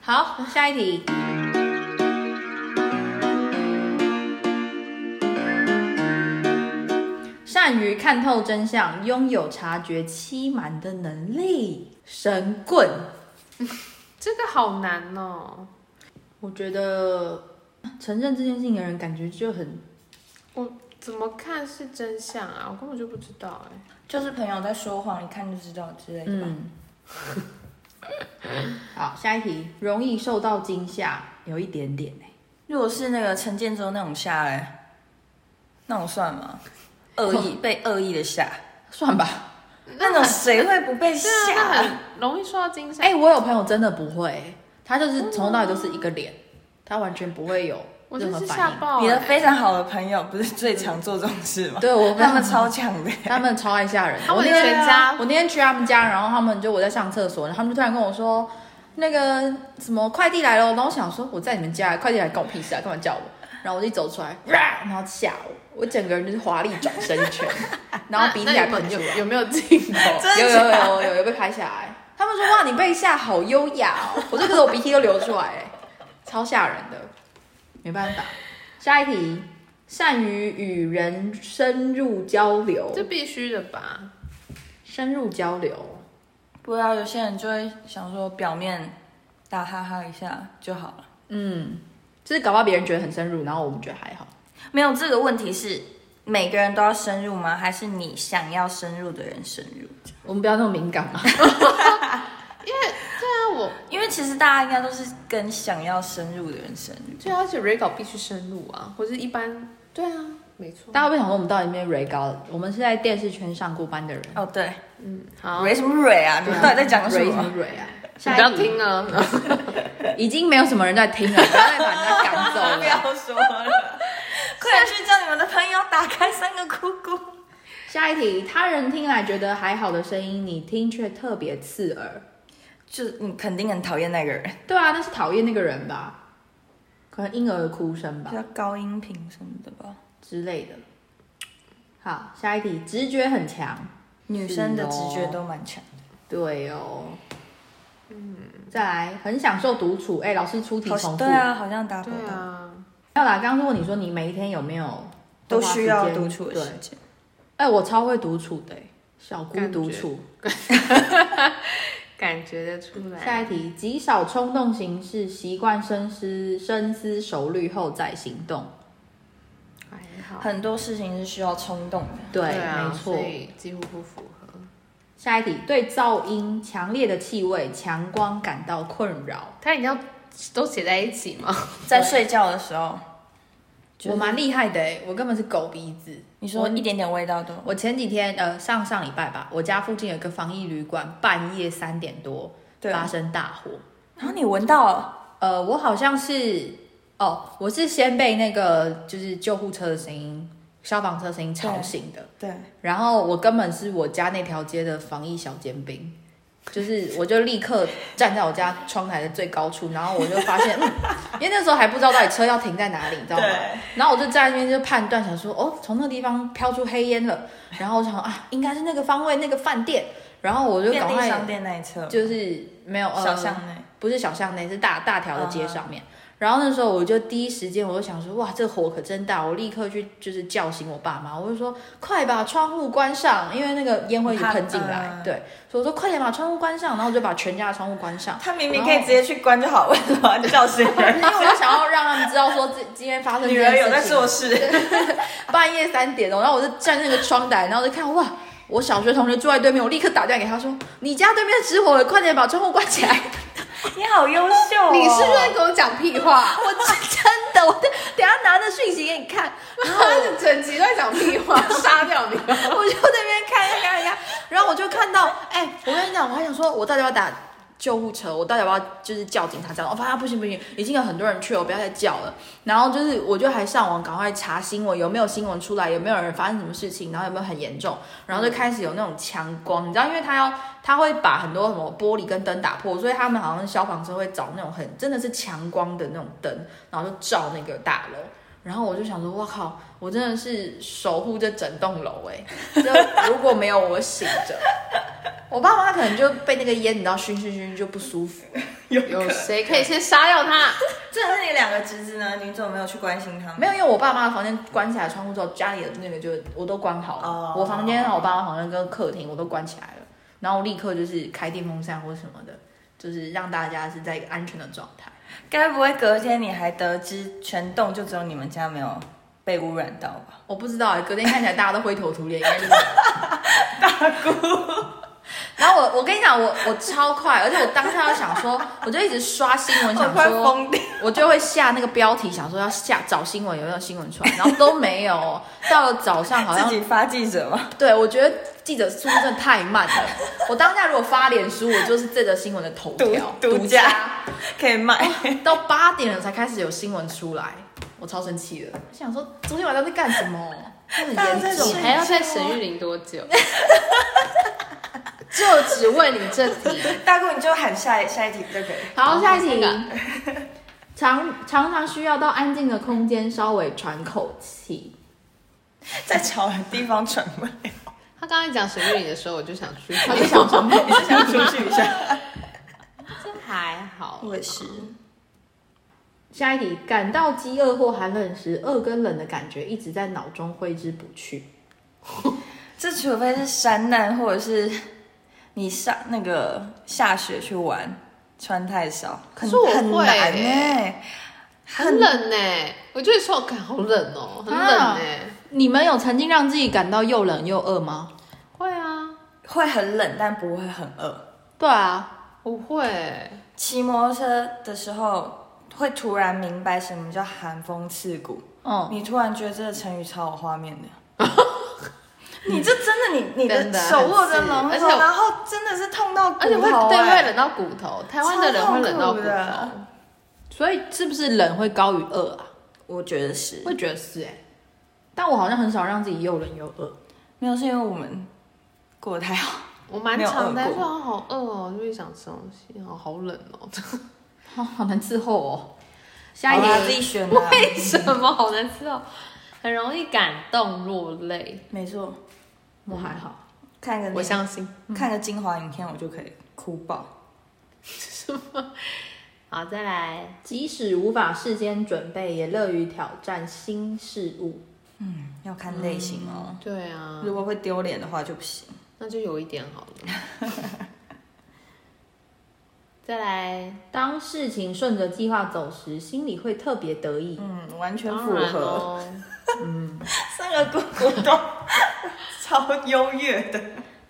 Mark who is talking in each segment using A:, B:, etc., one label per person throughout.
A: 好，下一题。善于看透真相，拥有察觉欺瞒的能力。神棍，
B: 这个好难哦。
A: 我觉得承认这件事情的人，感觉就很
B: 怎么看是真相啊？我根本就不知道哎、
C: 就是朋友在说谎，一看就知道之类的吧。
A: 嗯。 好，下一题，容易受到惊吓，有一点点哎、
C: 如果是那个陈建州那种吓，哎，那种算吗？恶意被恶意的吓，
A: 算吧。
C: 那种谁会不 被
B: 对啊，那
C: 吓？
B: 很容易受到惊吓。
A: 哎、我有朋友真的不会、他就是从头到尾都是一个脸，他完全不会有
B: 我
A: 任何
B: 真是
A: 反
B: 吓
A: 应。
B: 爆、
C: 你
B: 哎
C: 的非常好的朋友不是最常做这种事吗？
A: 对我朋友
C: 他们超强的。
A: 他们超爱吓人的。
B: 他
A: 我
B: 们
A: 那天
B: 全家
A: 我那天去他们家，然后他们就我在上厕所，然后他们就突然跟我说，那个什么快递来了，然后我想说我在你们家，快递来关我屁事啊，干嘛叫我？然后我就一走出来，哇然后吓我，我整个人就是华丽转身一圈，然后鼻涕还
B: 那那
A: 喷
B: 你
A: 出
B: 们
A: 来
B: 有。有没有镜头？
C: 真
A: 有
C: 的
A: 有
C: 假
A: 有
C: 的
A: 有有被拍下来。他们说哇，你被吓好优雅哦，我这个我鼻涕都流出来哎，超吓人的，没办法。下一题，善于与人深入交流，
B: 这必须的吧？
A: 深入交流，
C: 不知道有些人就会想说表面打哈哈一下就好了。
A: 嗯，就是搞不好别人觉得很深入，然后我们觉得还好。
C: 没有这个问题是每个人都要深入吗？还是你想要深入的人深入？
A: 我们不要那么敏感嘛，
B: 对啊，我
C: 因为其实大家应该都是跟想要深入的人深入。
B: 对啊，而且 re 稿必须深入啊，或是一般对啊，没 错。
A: 大家会不会想说我们到底有没有 r 高？我们是在电视圈上过班的人，
C: 哦，对，
B: 嗯，好，
C: 蕊什么蕊啊？你 们到底在讲什
A: 蕊什
C: 么
A: 么？蕊啊？
B: 你
A: 下
B: 不要
A: 一题
B: 听啊，
A: 已经没有什么人在听了，不要再把人家赶走 了。
C: 说了，快点去叫你们的朋友打开三个姑姑。
A: 下一题，他人听来觉得还好的声音，你听却特别刺耳。
C: 就你肯定很讨厌那个人，
A: 对啊，那是讨厌那个人吧？可能婴儿的哭声吧
C: 比较高音频什么的吧。
A: 之类的。好，下一题，直觉很强。
C: 女生的直觉都蛮强的，
A: 对哦，嗯，再来，很享受独处。哎，老师出题
C: 好
A: 重复。
C: 像对，啊，好像达不
B: 对
C: 到，
B: 啊，
A: 没有啦，刚刚问你说你每一天有没有
C: 都需要
A: 花时间
C: 独处的
A: 对
C: 时，间。
A: 哎，我超会独处的，哎小姑
B: 感觉
A: 独处。
B: 感觉得出来。
A: 下一题，极少冲动行事，习惯深思深思熟虑后再行动。
B: 还好，
C: 很多事情是需要冲动的，
A: 对，
B: 啊，
A: 没错
B: 所。以几乎不符合。
A: 下一题，对噪音、强烈的气味、强光感到困扰。
B: 他一定要都写在一起吗？
C: 在睡觉的时候，就是
A: 我蛮厉害的诶、我根本是狗鼻子。
C: 你说一点点味道都，
A: 我前几天呃上上礼拜吧，我家附近有一个防疫旅馆，半夜三点多
C: 对
A: 发生大火。
C: 然后你闻到了，
A: 呃，我好像是哦，我是先被那个就是救护车的声音、消防车声音吵
C: 对
A: 醒的。
C: 对，
A: 然后我根本是我家那条街的防疫小尖兵，就是我就立刻站在我家窗台的最高处，然后我就发现，嗯，因为那时候还不知道到底车要停在哪里，你知道吗
C: 对？
A: 然后我就在那边就判断，想说哦，从那个地方飘出黑烟了，然后我想啊，应该是那个方位那个饭店，然后我就
C: 便
A: 赶
C: 利
A: 快
C: 商店那一侧，
A: 就是没有、呃、
C: 小巷内，嗯
A: 不是小巷内，是大大条的街上面。然后那时候我就第一时间我就想说，哇，这火可真大！我立刻去就是叫醒我爸妈，我就说快把窗户关上，因为那个烟灰一直喷进来。
C: 怕嗯
A: 对，所以我说快点把窗户关上，然后我就把全家的窗户关上。
C: 他明明可以直接去关就好，为什么要 叫醒
A: 因
C: 人？
A: 为我就想要让他们知道说这今天发生这
C: 女
A: 件
C: 儿
A: 事情。
C: 有在做事。
A: 半夜三点哦，然后我就站那个窗台，然后就看哇，我小学同学住在对面，我立刻打电话给他说，你家对面失火了，快点把窗户关起来。
C: 你好优秀、哦！
B: 你是不是在跟我讲屁 话？
A: 我是真的，我等等一下拿着讯息给你看。 然后我
B: 他整集都在讲屁 话，杀掉
A: 我
B: 你！
A: 就在那边看看看看，然后我就看到，哎、我跟你讲，我还想说，我到底要不要打救护车，我到底要不要就是叫警察这样？我发现啊不行不行，已经有很多人去了，我不要再叫了。然后就是，我就还上网赶快查新闻，有没有新闻出来，有没有人发生什么事情，然后有没有很严重，然后就开始有那种强光，你知道，因为他要他会把很多什么玻璃跟灯打破，所以他们好像消防车会找那种很真的是强光的那种灯，然后就照那个大楼。然后我就想说，哇靠，我真的是守护这整栋楼 哎，就如果没有我醒着，我爸妈可能就被那个烟你知道熏熏熏就不舒服。
B: 有谁可以先杀掉 他？
C: 这那你两个侄子呢？你怎么没有去关心他们？
A: 没有，因为我爸妈的房间关起来窗户之后，家里的那个就我都关好了。
C: 哦
A: 我房间还有我爸妈房间跟客厅我都关起来了，然后立刻就是开电风扇或什么的，就是让大家是在一个安全的状态。
C: 该不会隔天你还得知全栋就只有你们家没有被污染到吧？
A: 我不知道、欸，隔天看起来大家都灰头土脸，应该 就是大哭。然后我我跟你讲，我我超快，而且我当下就想说，我就一直刷新闻，想说
C: 掉！
A: 我就会下那个标题，想说要下找新闻有没有新闻出来，然后都没有。哦到了早上好像
C: 自己发记者吗？
A: 对，我觉得记者速度真的太慢了。我当下如果发脸书，我就是这则新闻的头条
C: 独独家， 可以卖。
A: 到八点了才开始有新闻出来，我超生气的。我想说昨天晚上在干什 么？那很
C: 大家
A: 严
C: 在
A: 重
B: 你
C: 睡，
B: 还要在沈玉玲多 久？就只问你这题。
C: 大哥，你就喊下一下一题就可以。
A: 好，下一
B: 那
A: 题
B: 个。
A: 常常常需要到安静的空间稍微喘口气。
C: 在吵的地方传播，
B: 他刚才讲沈玉玲的时候，我就想出去，
A: 他就想传 播，
C: 你是想出去一 下？
B: 这还好。
C: 也是。
A: 下一题，感到饥饿或寒冷时，饿跟冷的感觉一直在脑中挥之不去。
C: 这除非是山难，或者是你上那个下雪去玩，穿太少，
B: 可
C: 很
B: 是我会
C: 很难
B: 耶
C: 哎、
B: 很冷呢、我就说，感好冷哦、很冷
C: 啊
B: 呢、
A: 你们有曾经让自己感到又冷又饿吗？
B: 会啊，
C: 会很冷，但不会很饿。
A: 对啊，
B: 我会、
C: 骑摩托车的时候，会突然明白什么叫寒风刺骨。
A: 嗯，
C: 你突然觉得这个成语超有画面的。 你这真的，你你
B: 真的
C: 的手握着龙
B: 很刺而且
C: 头，
B: 我
C: 然后真的是痛到骨头、
B: 而且会对
C: 哎
B: 会冷到骨头，台湾的人会冷到骨
C: 超痛苦的
B: 头。
A: 所以是不是冷会高于饿啊？
C: 我觉得是
A: 我，也觉得是哎、
B: 欸
A: 但我好像很少让自己又冷又饿。
C: 没有是因为我们过得太好。
B: 我蛮
C: 没有
B: 常在
C: 饿
B: 说
C: 过
B: 啊好饿哦、就会想吃东西，哦好冷哦、
A: 好 好难伺候哦。下一
C: 好啦自
A: 题，
C: 己选的、
B: 为什么好难吃哦、很容易感动落泪。
C: 没错，
A: 我还好，
C: 看个
B: 我相信。
C: 看个精华影片，我就可以哭爆。
B: 好，再来，
A: 即使无法事先准备，也乐于挑战新事物。
C: 嗯，要看类型哦。
B: 对啊，
C: 如果会丢脸的话就不行。
B: 那就有一点好了。 再来，
A: 当事情顺着计划走时，心里会特别得意。
C: 嗯，完全
B: 当
C: 符
B: 然
C: 合。
B: 哦，
C: 三个姑姑都 超优越的。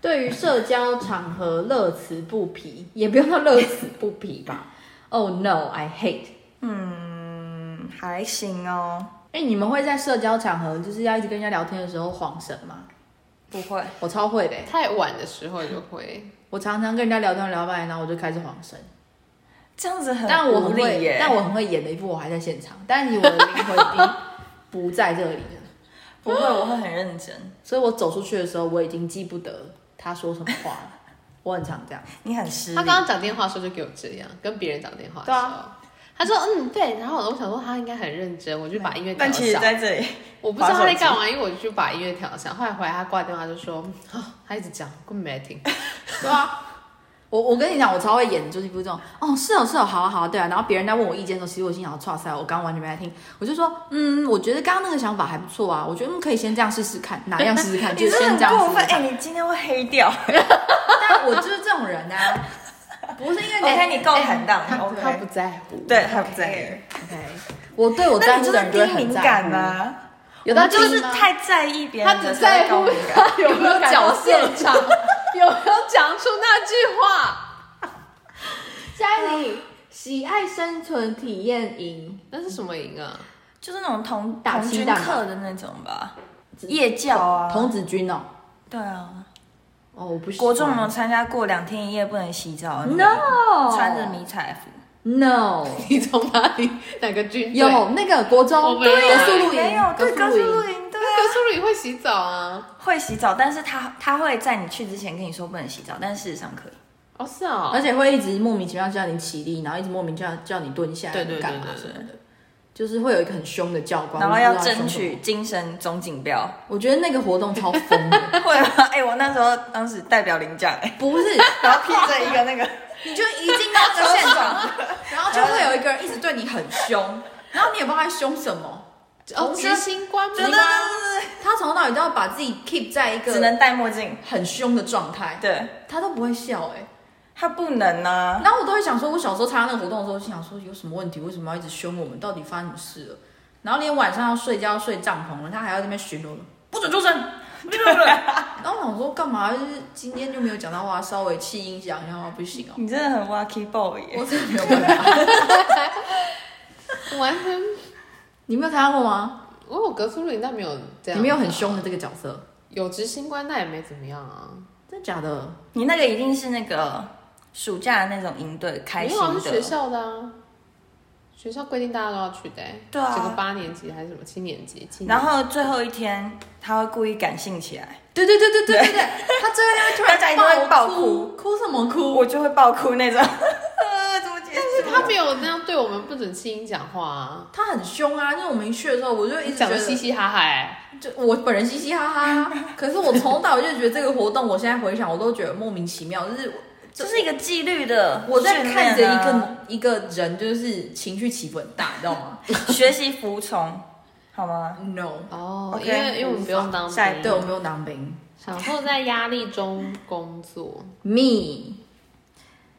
A: 对于社交场合乐此不疲，也不用到乐此不疲吧。Oh no, I hate。
C: 嗯，还行哦。
A: 哎、你们会在社交场合就是要一直跟人家聊天的时候晃神吗？
C: 不会，
A: 我超会的欸、
B: 太晚的时候就会，
A: 我常常跟人家聊天聊到一半，然后我就开始晃神。
C: 这样子很
A: 但我
C: 无
A: 很
C: 力
A: 会
C: 耶，。
A: 但我很会演的一副我还在现场，但是我的灵魂已经不在这里了。
C: 不会，我会很认真。
A: 所以我走出去的时候，我已经记不得他说什么话了。我很常这样，
C: 你很失礼。
B: 他刚刚讲电话的时候就给我这样，跟别人讲电话的时
A: 对
B: 候。他说嗯对，然后我想说他应该很认真，我就把音乐调
C: 但其实
B: 小。
C: 在这里，
B: 我不知道他
C: 滑手
B: 在
C: 机
B: 干嘛，因为我就把音乐调小。后来回来他挂电话就说 啊，他一直讲，根本没听。
A: 对啊。我我跟你讲，我超会演，就是一副这种哦，是哦是哦，好啊好啊，对啊。然后别人在问我意见的时候，其实我心想，哇塞，我刚刚完全没在听，我就说，嗯，我觉得刚刚那个想法还不错啊，我觉得嗯可以先这样试试看，哪样试试看，就
C: 你
A: 是
C: 真的
A: 先
C: 很
A: 这样试
C: 过
A: 试
C: 分。
A: 看。
C: 哎、你今天会黑掉。
A: 但我就是这种人啊，不是因为
C: OK，你
A: 哎
C: 够坦荡。
B: 他他不
C: OK，
B: 在乎。
C: 对，他不在
A: 哦 OK，我 对我
C: 乎。
A: 在
C: 但
A: 乎的
C: 你就
A: 人
C: 是
A: 就会
C: 低
A: 很
C: 敏
A: 在
C: 感
A: 乎。
C: 啊。
A: 有到
C: 我就是
A: 低吗
C: 太在意别
B: 他
C: 人的
B: 只
C: 时候
B: 在
C: 高
B: 乎
C: 敏感。
B: 他有没有讲现场，有没有讲出那句话。
A: 家里喜爱生存体验营，
B: 那是什么营啊？
C: 就是那种同
A: 打
C: 同
A: 鸡
C: 军
A: 蛋
C: 课的那种吧，夜教啊，
A: 童子军哦，
C: 对啊，
A: 哦，我不喜欢
C: 国中有没有参加过两天一夜不能洗澡的那个
A: ？No，
C: 穿着迷彩服，
A: No，
B: 你从哪里哪个军队？
A: 有那个国
B: 我
A: 中
B: 没
A: 格
B: 有
A: 树
B: 格树
A: 露营，
C: 没有，对，格
A: 格
C: 树
A: 树
C: 露
A: 营，
C: 营，
B: 格
C: 对啊，
B: 苏里会洗澡啊？
C: 会洗澡，但是他他会在你去之前跟你说不能洗澡，但事实上可以。
B: 哦，是哦。
A: 而且会一直莫名其妙叫你起立，然后一直莫名叫叫你蹲下，
B: 对对对
A: 干嘛
B: 对
A: 什
B: 对
A: 么的。就是会有一个很凶的教官，
C: 然
A: 我
C: 后
A: 不知
C: 要
A: 道他
C: 争
A: 凶什
C: 取
A: 么。
C: 精神总锦标，
A: 我觉得那个活动超疯的，
C: 会吗？哎、我那时候当时代表领奖哎、
A: 不是，
C: 然后披着一个 那个，
A: 你就一进到那个现 场， 然后就会有一个人一直对你很凶，然后你也不知道他在凶什么。
B: 哦，执行官
A: 对对
B: 吗？
A: 对对，他从头到尾都要把自己 keep 在一
C: 只
A: 个
C: 能戴墨镜，
A: 很凶的状态，
C: 对
A: 他都不会笑哎、
C: 他不能啊，
A: 然后我都会想说，我小时候参加那个活动的时候，心想说有什么问题？为什么要一直凶我们？到底发生什么事了？然后连晚上要睡觉要睡帐篷了，他还要在那边巡逻了，不准出声。
C: 啊
A: 然后我想说干嘛？就是今天就没有讲到话，稍微气音响一下话不行哦、
C: 你真的很 lucky boy 耶、
A: 我真的没有办 法。
B: 完全，
A: 你没有参加过吗？
B: 我有格苏林，但没有
A: 你
B: 这样，
A: 没有很凶的这个角色，
B: 有执行官，那也没怎么样啊。
A: 真的假的？
C: 你那个一定是那个暑假的那种营队开
B: 没
C: 心
B: 有啊，是学
C: 的，
B: 校的啊，学校规定大家都要去的、欸。
C: 对啊
B: 整个八年级还是什么七年级？七年级
C: 然后最后一天他会故意感性起来，
A: 对对对对对对对， 他最后就会突
C: 大
A: 然
C: 家一定会
A: 爆
C: 爆
A: 哭，哭什么哭？
C: 我就会爆哭那种，呃怎么解释？
B: 他没有那样对我们不准轻音讲话啊，
A: 他很凶啊！就是我们一去的时候，我就一直觉
B: 讲的
A: 得
B: 嘻嘻哈哈、欸。
A: 就我本人嘻嘻哈哈，可是我从小就觉得这个活动，我现在回想我都觉得莫名其妙，就是
C: 这是一个纪律的
A: 我在
C: 训
A: 看着
C: 练
A: 一
C: 啊
A: 个一个人，就是情绪起伏很大，你知道吗
C: 学习服从，好吗？
A: ？No，
B: 哦
C: OK，
B: 因为因为我们不用当
C: 下一
B: 兵，
A: 对我没有当兵
B: 享受在压力中工作，
A: ，me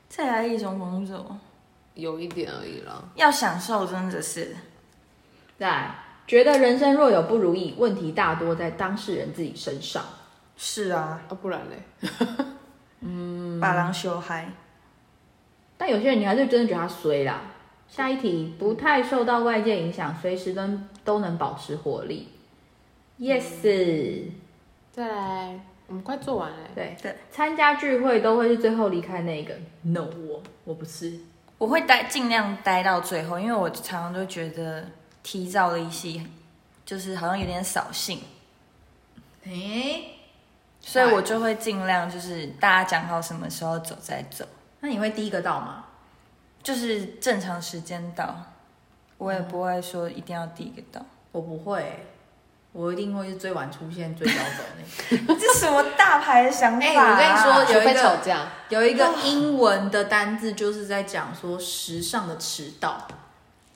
C: 再来一种工作，
B: 有一点而已啦。
C: 要享受真的是
A: 在觉得人生若有不如意，问题大多在当事人自己身上。
C: 是啊，
B: 啊，不然嘞，
C: 把狼修嗨，
A: 但有些人你还是真的觉得他衰啦。下一题，不太受到外界影响，随时都都能保持活力。Yes，
B: 再来，我们快做完嘞。
A: 对
C: 对，
A: 参加聚会都会是最后离开那个。No，我我不是。
C: 我会待尽量待到最后，因为我常常都觉得提早离席就是好像有点扫兴，
A: 诶，
C: 所以我就会尽量就是大家讲好什么时候走再走，
A: 那你会第一个到吗？
C: 就是正常时间到，我也不会说一定要第一个 到。
A: 我不会，我一定会是最晚出现、最早走那 个。
C: 这什么大牌的想法、啊
A: 哎我跟你
C: 哦
A: 说有一个
B: 啊除非吵架，
A: 有一个英文的单字，就是在讲说时尚的迟到，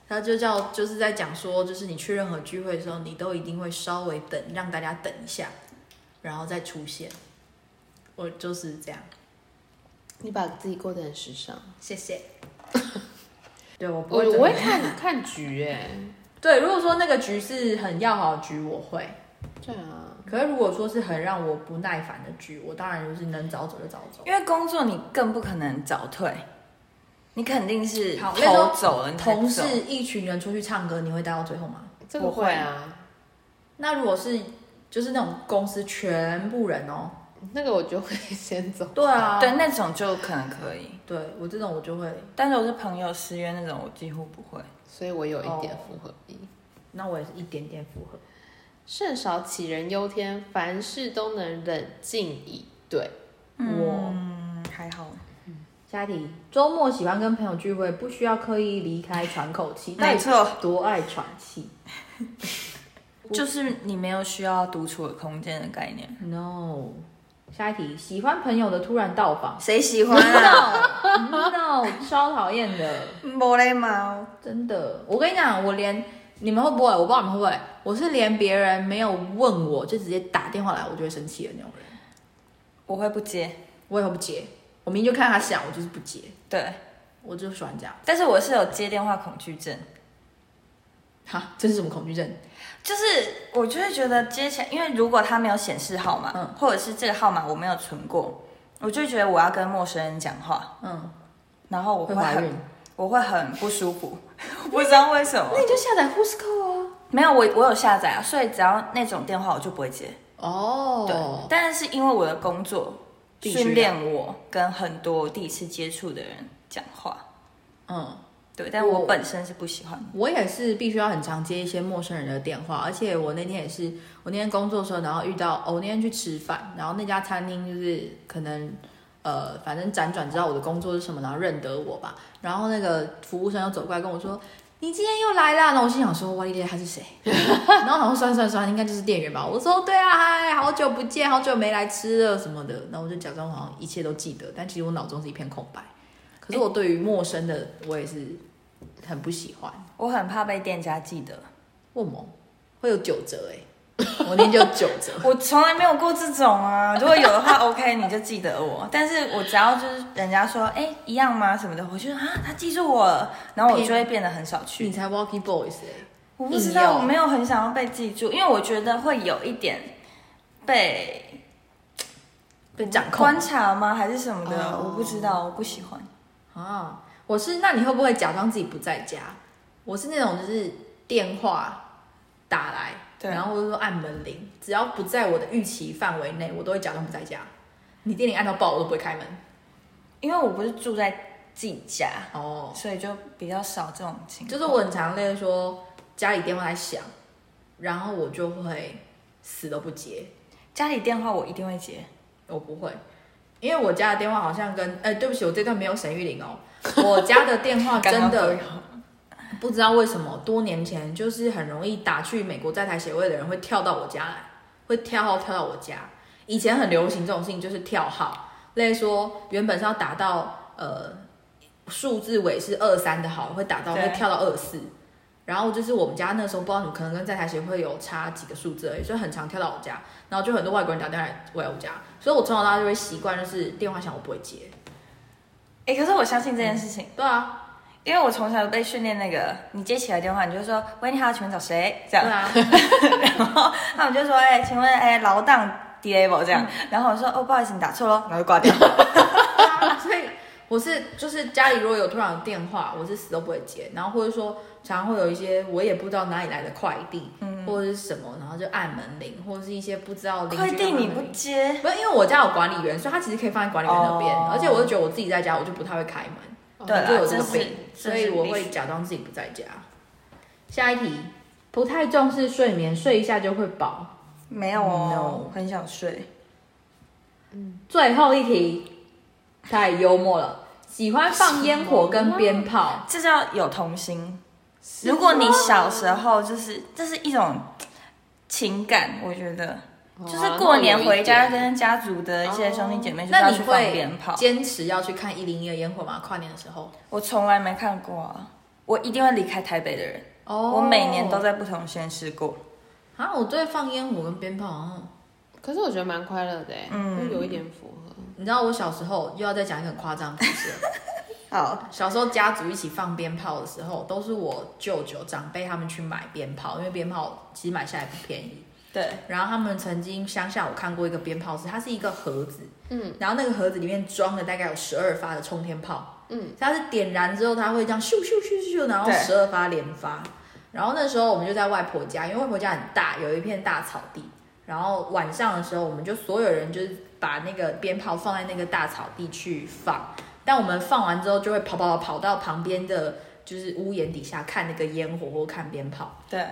A: 它就叫就是在讲说，就是你去任何聚会的时候，你都一定会稍微等，让大家等一下，然后再出现。我就是这样，
B: 你把自己过得很时尚。
A: 谢谢。对，我不
B: 我
A: 会真的，
B: 我会看 看局哎、
A: 对。如果说那个局是很要好的局，我会；
B: 对啊，
A: 可是如果说是很让我不耐烦的局，我当然就是能早走就早走。
C: 因为工作你更不可能早退，你肯定是
A: 好那时候
C: 头走了，你才
A: 同事
C: 走
A: 一群人出去唱歌，你会待到最后吗？
B: 这个会啊，
A: 那如果是就是那种公司全部人哦，
B: 那个我就会先走。
A: 对啊，
C: 对那种就可能可以，
A: 对我这种我就会，
C: 但是我是朋友私约那种，我几乎不会。
B: 所以我有一点
A: 哦
B: 复合力，
A: 那我也是一点点符合。
B: 甚少杞人忧天，凡事都能冷静以对。
C: 嗯，还好，
A: 下一题，周末喜欢跟朋友聚会，不需要刻意离开喘口气，
C: 没错，
A: 多爱喘气
C: 就是你没有需要独处的空间的概念，
A: ？No。下一题，喜欢朋友的突然到 访
C: 谁喜欢啊？
A: ，No，No，超讨厌的。
C: 没嘞毛，
A: 真的，我跟你讲，我连你们会不会，我不知道你们会不会，我是连别人没有问我就直接打电话来，我就会生气的那种人，
C: 我会不接，
A: 我也会不接，我明明就看他想，我就是不接，
C: 对，
A: 我就喜欢这样。
C: 但是我是有接电话恐惧症，
A: 哈，这是什么恐惧症？
C: 就是我就会觉得接起来，因为如果他没有显示号码，
A: 嗯
C: 或者是这个号码我没有存过，我就觉得我要跟陌生人讲话，
A: 嗯，
C: 然后我
A: 会
C: 会
A: 怀
C: 很
A: 孕。
C: 我会很不舒服， 我不知道为什么
A: 那。你就下载 Who'sCall 啊。
C: 没有，我我有下载啊，所以只要那种电话我就不会接。对，
A: 哦，
C: 但是因为我的工作
A: 必须的
C: 训练我跟很多第一次接触的人讲话，
A: 嗯，
C: 对，但我
A: 我
C: 本身是不喜欢。
A: 我也是必须要很常接一些陌生人的电话，而且我那天也是，我那天工作的时候，然后遇到，哦我那天去吃饭，然后那家餐厅就是可能，呃，反正辗转知道我的工作是什么，然后认得我吧，然后那个服务生又走过来跟我说，你今天又来啦！”那我心想说：“哇哩咧，他是谁？” 然后然后算算算，应该就是店员吧。我说：“对啊，嗨，好久不见，好久没来吃了什么的。”那我就假装好像一切都记得，但其实我脑中是一片空白。可是我对于陌生的，我也是很不喜欢。
C: 我很怕被店家记得，
A: 为什么会有九折、哎，我那天就有九折。
C: 我从来没有过这种啊。如果有的话，OK，你就记得我。但是我只要就是人家说，哎、一样吗什么的，我就啊，他记住我了，然后我就会变得很少
A: 你
C: 去。
A: 才 Walkie Boys 哎、
C: 我不知
A: 硬
C: 道，
A: 要
C: 我没有很想要被记住，因为我觉得会有一点被
A: 被掌控
C: 观察吗，还是什么的，
A: 哦
C: 我不知道，我不喜欢。
A: 啊！我是那你会不会假装自己不在家？我是那种就是电话打来，
C: 对
A: 然后或者说按门铃，只要不在我的预期范围内，我都会假装不在家。你店里按到爆，我都不会开门。
C: 因为我不是住在自己家，
A: 哦，
C: 所以就比较少这种情况。
A: 就是我很常类似说家里电话在响，然后我就会死都不接，
C: 家里电话我一定会接，
A: 我不会，因为我家的电话好像跟……哎、对不起，我这段没有沈玉玲哦，我家的电话真
C: 刚刚
A: 的
C: 会
A: 不知道为什么，多年前就是很容易打去美国在台协会的人会跳到我家来，会跳号跳到我家。以前很流行这种事情，就是跳号，类似说原本是要打到呃数字尾是二三的号，会打到
C: 对
A: 会跳到二四。然后就是我们家那时候不知道，可能跟在台协会有差几个数字而已，所以很常跳到我家。然后就很多外国人打电话来我家，所以我从小到大就会习惯，就是电话响我不会接。
C: 哎、可是我相信这件事情，
A: 对啊，
C: 因为我从小被训练那个，你接起来电话，你就说“喂，你好，请问找谁？”这
A: 对
C: 样，
A: 啊，
C: 然后他们就说：“哎、请问，哎、老档 d a b l e 这样。然后我说：“哦，不好意思，你打错了。”然后就挂掉。
A: 啊所以我是就是家里如果有突然有电话，我是死都不会接，然后或者说常常会有一些我也不知道哪里来的快递，
C: 嗯
A: 或者是什么，然后就按门铃，或者是一些不知道邻居
C: 快递
A: 按门
C: 你
A: 铃
C: 不接，
A: 不是因为我家有管理员，所以他其实可以放在管理员那边，
C: 哦
A: 而且我就觉得我自己在家我就不太会开门，
C: 对啦
A: 哦就
B: 哦
A: 有这
C: 这
A: 个
C: 是
A: 病，
C: 这
A: 所
C: 是
A: 以我
C: 必
A: 会
C: 须
A: 假装自己不在家。下一题，不太重视睡眠，睡一下就会饱。
C: 没有哦很想睡。
A: 最后一题，太幽默了，喜欢放烟火跟鞭炮。
C: 这叫有童心。如果你小时候就是，这是一种情感，我觉得。
B: 哦啊
C: 就是过年回家跟家族的一些兄弟姐妹，就是
A: 哦那
C: 要
A: 你
C: 去放
A: 会
C: 鞭炮。
A: 坚持要去看一零一的烟火吗？跨年的时候？
C: 我从来没看过啊，我一定会离开台北的人。
A: 哦
C: 我每年都在不同县市过。
A: 啊，我对放烟火跟鞭炮好像。
B: 可是我觉得蛮快乐的哎，
C: 嗯
B: 就有一点符合。
A: 你知道我小时候又要再讲一个很夸张的故事了。
C: 好，
A: 小时候家族一起放鞭炮的时候，都是我舅舅长辈他们去买鞭炮，因为鞭炮其实买下来不便宜。
C: 对，
A: 然后他们曾经乡下我看过一个鞭炮是，它是一个盒子，
B: 嗯，
A: 然后那个盒子里面装了大概有十二发的冲天炮，
B: 嗯，
A: 它是点燃之后它会这样咻咻咻咻，然后
C: 对
A: 十二发连发。然后那时候我们就在外婆家，因为外婆家很大，有一片大草地。然后晚上的时候，我们就所有人就是把那个鞭炮放在那个大草地去放，但我们放完之后就会跑跑跑跑到旁边的就是屋檐底下看那个烟火或看鞭炮。
C: 对，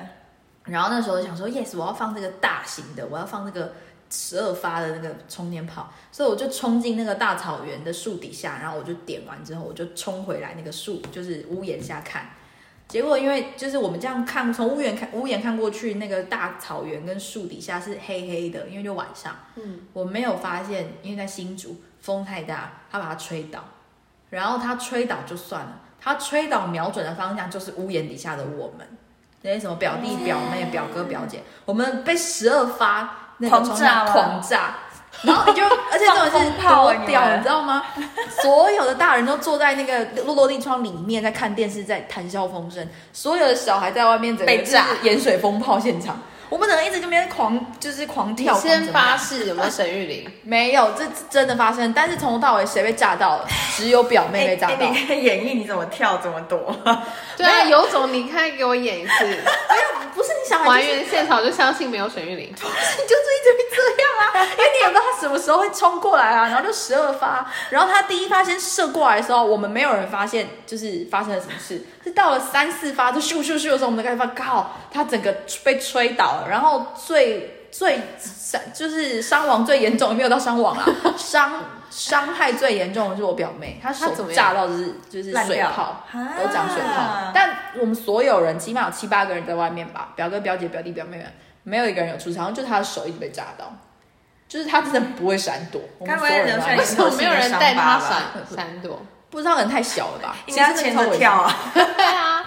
A: 然后那时候想说，yes，我要放这个大型的，我要放那个十二发的那个冲天炮，所以我就冲进那个大草原的树底下，然后我就点完之后，我就冲回来那个树，就是屋檐下看。结果因为就是我们这样看，从屋檐看屋檐看过去，那个大草原跟树底下是黑黑的，因为就晚上。
B: 嗯，
A: 我没有发现，因为在新竹风太大，它把它吹倒，然后它吹倒就算了，它吹倒瞄准的方向就是屋檐底下的我们，那些什么表弟、表妹、表哥、表姐，我们被十二发那个
C: 狂
A: 冲
C: 炸
A: 上
C: 吗
A: 狂炸。然后你就，而且这种
C: 放
A: 是
C: 风炮啊
A: 多
C: 你们
A: 屌，你知道吗？所有的大人都坐在那个落落地窗里面，在看电视，在谈笑风生；所有的小孩在外面整个
C: 被炸
A: 就是盐水风炮现场。我们整个一直这边狂，就是狂
B: 你
A: 跳。狂
B: 先
A: 怎么样
B: 发誓有没有沈玉玲？
A: 没有，这是真的发生，但是从头到尾谁被炸到了？只有表妹被炸到。
C: 哎你可 以演绎你怎么跳怎么躲。
B: 对啊，有种你看给我演一 次，
C: 哎
A: 哎不是你小孩、
B: 还
A: 就是，
B: 原现场就相信没有沈玉玲。
A: 你 就是一直会这样啊，因为你也不知道他什么时候会冲过来啊，然后就十二发，然后他第一发先射过来的时候，我们没有人发现就是发生了什么事，是到了三四发就咻咻咻的时候，我们才开始发现，靠，他整个被吹倒了，然后最。最伤就是伤亡最严重，没有到伤亡啊，伤伤害最严重的是我表妹，她手
B: 她怎么样
A: 炸到就是就是
C: 烂
A: 水
C: 掉
A: 泡
C: 啊，
A: 都长水泡。但我们所有人起码有七八个人在外面吧，表哥、表姐、表弟、表妹们，没有一个人有出事，好像就他的手一直被扎到，就是他真的不会闪躲。我
C: 该
A: 们
C: 不
A: 所
C: 会
A: 有人都在
C: 留下你
B: 为什么没有人带他
A: 很
B: 闪
A: 多
B: 闪躲？
A: 不知道人太小了吧？
C: 应该牵着跳啊，
B: 对啊，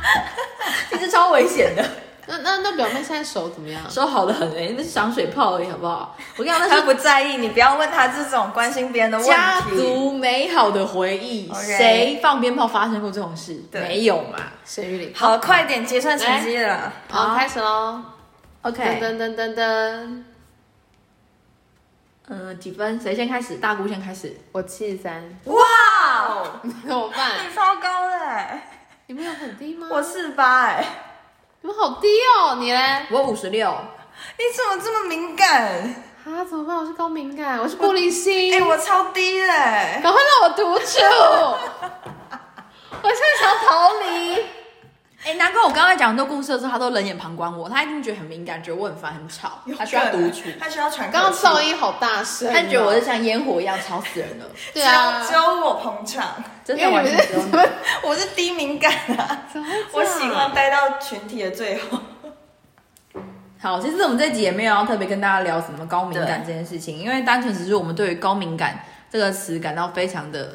A: 其实超危险的，
B: 那那那表妹现在手怎么样？
A: 手好的很哎、欸，那是赏水炮而已，好不好？我跟你讲，那
C: 他
A: 是
C: 不在意，你不要问他这种关心别人的问题。
A: 啊家族美好的回忆，
C: OK
A: 谁放鞭炮发生过这种事？
C: 对
A: 没有嘛
B: 沈玉玲，
C: 好，快点结算成绩了。
B: 好，开始喽！噔
A: ？OK，
B: 噔噔噔噔，
A: 嗯、呃，几分？谁先开始？大姑先开始。
B: 我七十三，
C: 哇哦，
B: 怎么办？
C: 你超高的欸，
B: 你们有很低吗？
C: 我四八哎，
B: 你们好低哦，你 嘞？
A: 我五十六，
C: 你怎么这么敏感？
B: 啊，怎么办？我是高敏感，我是玻璃心
C: 哎、，我超低的欸，
B: 赶快让我独处， 我现在想逃离。
A: 哎、难怪我刚才讲很多故事的时候，他都冷眼旁观我，他一定觉得很敏感，觉得我很烦、很吵，他需要独处，
C: 他需要喘口气。
B: 刚刚噪音好大声哦，
A: 他觉得我是像烟火一样吵死 人了，
B: 对啊，
C: 只有只有我捧场，
A: 真
B: 因
A: 的
B: 为
A: 完
B: 你
A: 全
B: 们
A: 不用 脑。
C: 我是低敏感啊，
B: 怎么会这
C: 我
B: 样
C: 喜欢待到群体的最后。
A: 好，其实我们这集也没有要特别跟大家聊什么高敏感这件事情，因为单纯只是我们对于高敏感这个词感到非常的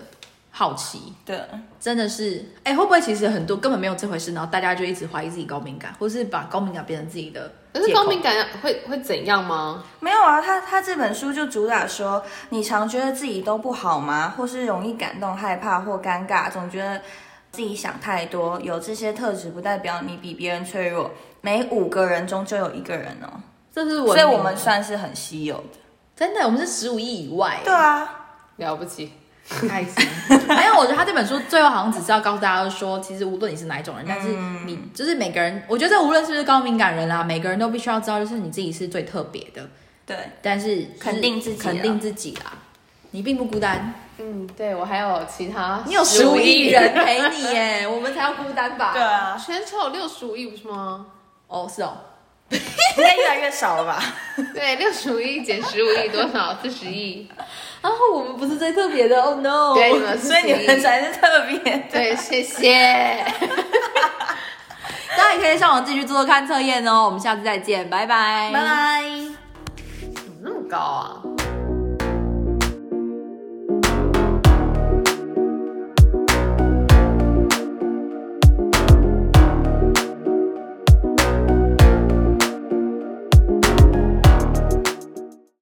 A: 好奇，
C: 对，
A: 真的是，哎、会不会其实很多根本没有这回事，然后大家就一直怀疑自己高敏感，或是把高敏感变成自己的
B: 可是
A: 借口
B: 高敏感会会怎样吗？
C: 没有啊，他他这本书就主打说，你常觉得自己都不好吗？或是容易感动、害怕或尴尬，总觉得自己想太多。有这些特质不代表你比别人脆弱，每五个人中就有一个人哦，
A: 这是文明
C: 所以我们算是很稀有的。
A: 真的，我们是十五亿以外，
C: 对啊，
B: 了不起，
A: 开 心。还有，我觉得他这本书最后好像只是要告诉大家说，其实无论你是哪一种人，但是你就是每个人，我觉得无论是不是高敏感人啦、每个人都必须要知道，就是你自己是最特别的，
C: 对，
A: 但是就是
C: 肯定自己啊
A: 肯定自己啦，你并不孤单，
B: 嗯，对我还有其他，
A: 你有十五亿人陪你耶， 我们才要孤单吧？
C: 对， 啊，
B: 全球有六十五亿不是吗？
A: 哦，是哦，
C: 应该越来越少了吧？
B: 对，六十五亿减十五亿多少？四十亿。
A: 然后啊我们不是最特别的，Oh no！
B: 对，你们
C: 所以你们
B: 41
C: 才是特别。
B: 对，谢谢。
A: 大家也可以上网自己去做做看测验哦。我们下次再见，拜拜，
C: 拜。
B: 怎么那么高啊？